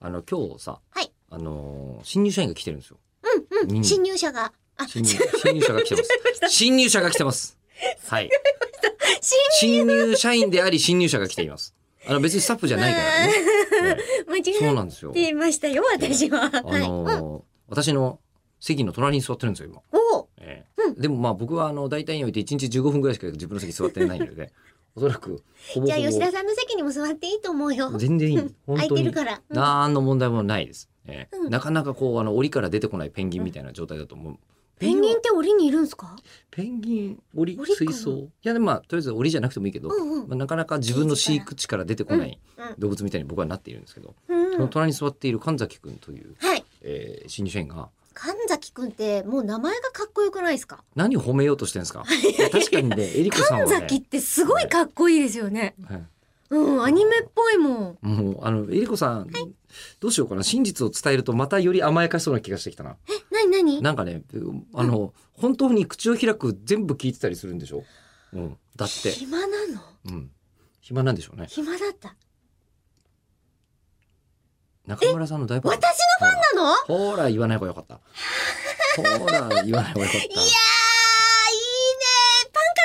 あの今日さ、はいあのー新入社員が来てるんですよ。うんううんん。新入社が。あ、新入新入社が来て ます。新入社が来てます。はい。新入社員であり新入社が来ています。あの別にスタッフじゃないからね。はい間違そうなんですよっ。ていましたよ、私は。あはい。のー私の席の隣に座ってるんですよ今。おうええでもまあ僕はあの大体において1日15分ぐらいしか自分の席座ってないので、おそらくほぼじゃあほ吉田ぼさんの席にも座っていいと思うよ。全然いいうん。本空い当てにる。から。うん何の問題もないです。ええうんなかなかこうあの檻から出てこないペンギンみたいな状態だと思う。ペンギンって檻にいるんですかペンギン檻檻か水槽いやでもまあとりあえず檻じゃなくてもいいけど、うんうんまあ、なかなか自分の飼育地から出てこないうんうん動物みたいに僕はなっているんですけど、うんその隣に座っている神崎君という、はい。えー新入社員が神崎くんってもう名前がかっこよくないですか何を褒めようとしてるんです かいや確かにねえりこさんは神ね崎ってすごいかっこいいですよね。はいうん、アニメっぽいもん。もうあのえりこさん、どうしようかな真実を伝えるとまたより甘やかしそうな気がしてきたななになになんかねあの、本当に口を開く全部聞いてたりするんでしょ、うん、だって、暇なのうん、暇なんでしょうね暇だった。中村さんの大ファン私のファンなのあほら言わない方がよかった。ほら言わない方がよかっいやー、いいねパン買っ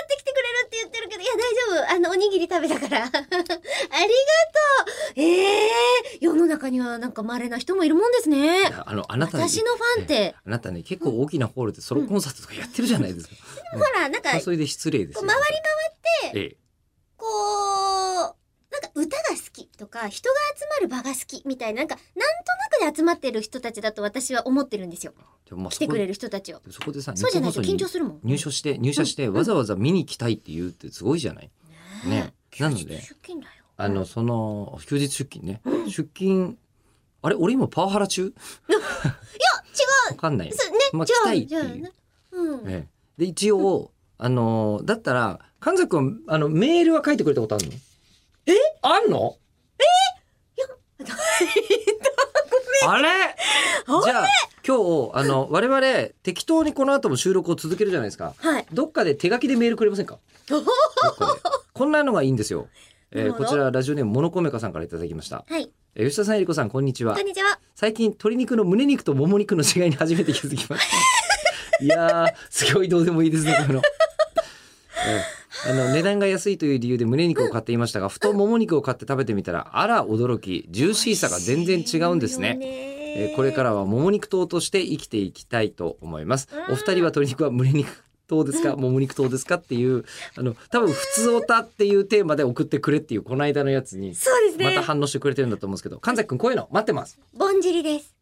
てきてくれるって言ってるけど、いや、大丈夫。あの、おにぎり食べたから。あ りがとう。ええー、世の中にはなんか稀な人もいるもんでた。すいね。やあのあなたね私のファンって、あなたね結構大きなホールでソロコンサートとかやってるじゃないですか。ほら、なんか、こそれで失礼ですうよ。回り回ええこう、なんか歌が好きとか、人が集まる場が好きみたいな、なんか、なんとなくで集まってる人たちだと私は思ってるんですよ。でもまあ来そてこくれでる人たちを。そこでさそうじゃないと日本放送緊に張するもん。入所して入社してわざわざ見に来たいって言うってすごいじゃない。ねえなので休日出勤だよあのその休日出勤ね出勤あれ俺今パワハラ中？い や違う。わかんない。そうね、まあじゃ来あたいってじゃあいうね。うん。ええで一応、あのーだったら神崎君あのメールは書いてくれたことあるのえあんのえあれじゃあ今日あの我々適当にこの後も収録を続けるじゃないですかはい。どっかで手書きでメールくれません かどっかでこんなのがいいんですよ、えーなるほこどちらラジオネームモノコメカさんからいただきました、はい。えー吉田さんえりこさんこんにちはこんにちは。最近鶏肉の胸肉ともも肉の違いに初めて気づきました いやーすごいどうでもいいですねこの、ええあの値段が安いという理由で胸肉を買っていましたがふともも肉を買って食べてみたらあら驚きジューシーさが全然違うんですね美味しいよえーこれからはもも肉党として生きていきたいと思いますうん。お二人は鶏肉は胸肉党ですか、もも肉党ですかっていうあの多分普通おたっていうテーマで送ってくれっていうこの間のやつにそうですまねた。反応してくれてるんだと思うんですけど神崎くんこういうの待ってます。ぼんじりです。